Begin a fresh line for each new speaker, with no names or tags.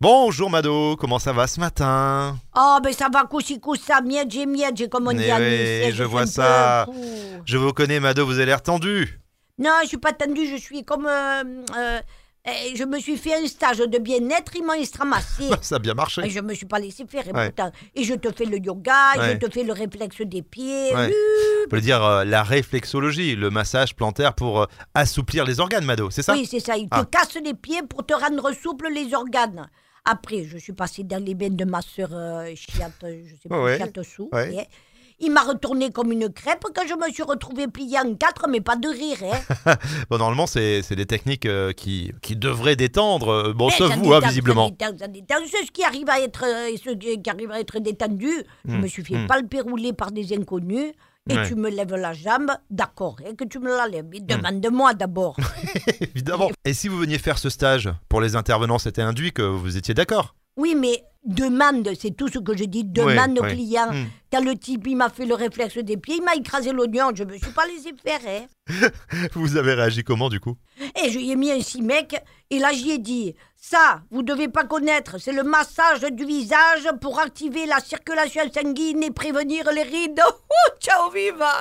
Bonjour Mado, comment ça va ce matin
Oh, ben ça va, coussi coussa, miedje, miedje, comme on
Mais
dit à
oui,
Nice,
je
suis
vois
un
ça.
peu fou.
Je vous connais Mado, vous avez l'air tendu.
Non, je suis pas tendue, je suis comme... euh, euh, eh, je me suis fait un stage de bien-être, ils m'ont estramassé.
Ça a bien
Et
marché.
je me suis pas laissé faire, et
Ouais.
pourtant. Et je te fais le yoga,
Ouais.
je te fais le réflexe des pieds.
Ouais. On peut dire euh, la réflexologie, le massage plantaire pour euh, assouplir les organes Mado, c'est ça
Oui, c'est ça. Il
Ah.
te casse les pieds pour te rendre souple les organes. Après, je suis passée dans les bains de ma sœur euh, Chiate, je sais pas,
Ouais.
Chiate Sou.
Ouais.
hein. Il m'a retourné comme une crêpe quand je me suis retrouvée pliée en quatre, mais pas de rire. hein.
Bon, normalement c'est c'est des techniques euh, qui, qui devraient détendre, euh, bon
Mais
sauf
Eh, ça
vous hein,
détend, ça
visiblement.
détend, ça détend. Ceux qui arrivent à être, euh, ceux qui arrivent à être détendus, je
Hmm,
me suis fait
hmm.
palper rouler par des inconnus. Et
Ouais. Hum.
tu me lèves la jambe, d'accord, et que tu me la lèves. Mais demande-moi d'abord.
Évidemment. Et si vous veniez faire ce stage, pour les intervenants c'était induit que vous étiez d'accord
Oui, mais demande, c'est tout ce que je dis, demande
ouais.
au client.
Hmm.
Quand le type, il m'a fait le réflexe des pieds, il m'a écrasé l'oignon, je me suis pas laissé faire. hein.
Vous avez réagi comment du coup
Et je lui ai mis un cimec, et là j'y ai dit, ça, vous devez pas connaître, c'est le massage du visage pour activer la circulation sanguine et prévenir les rides. Oh, ciao viva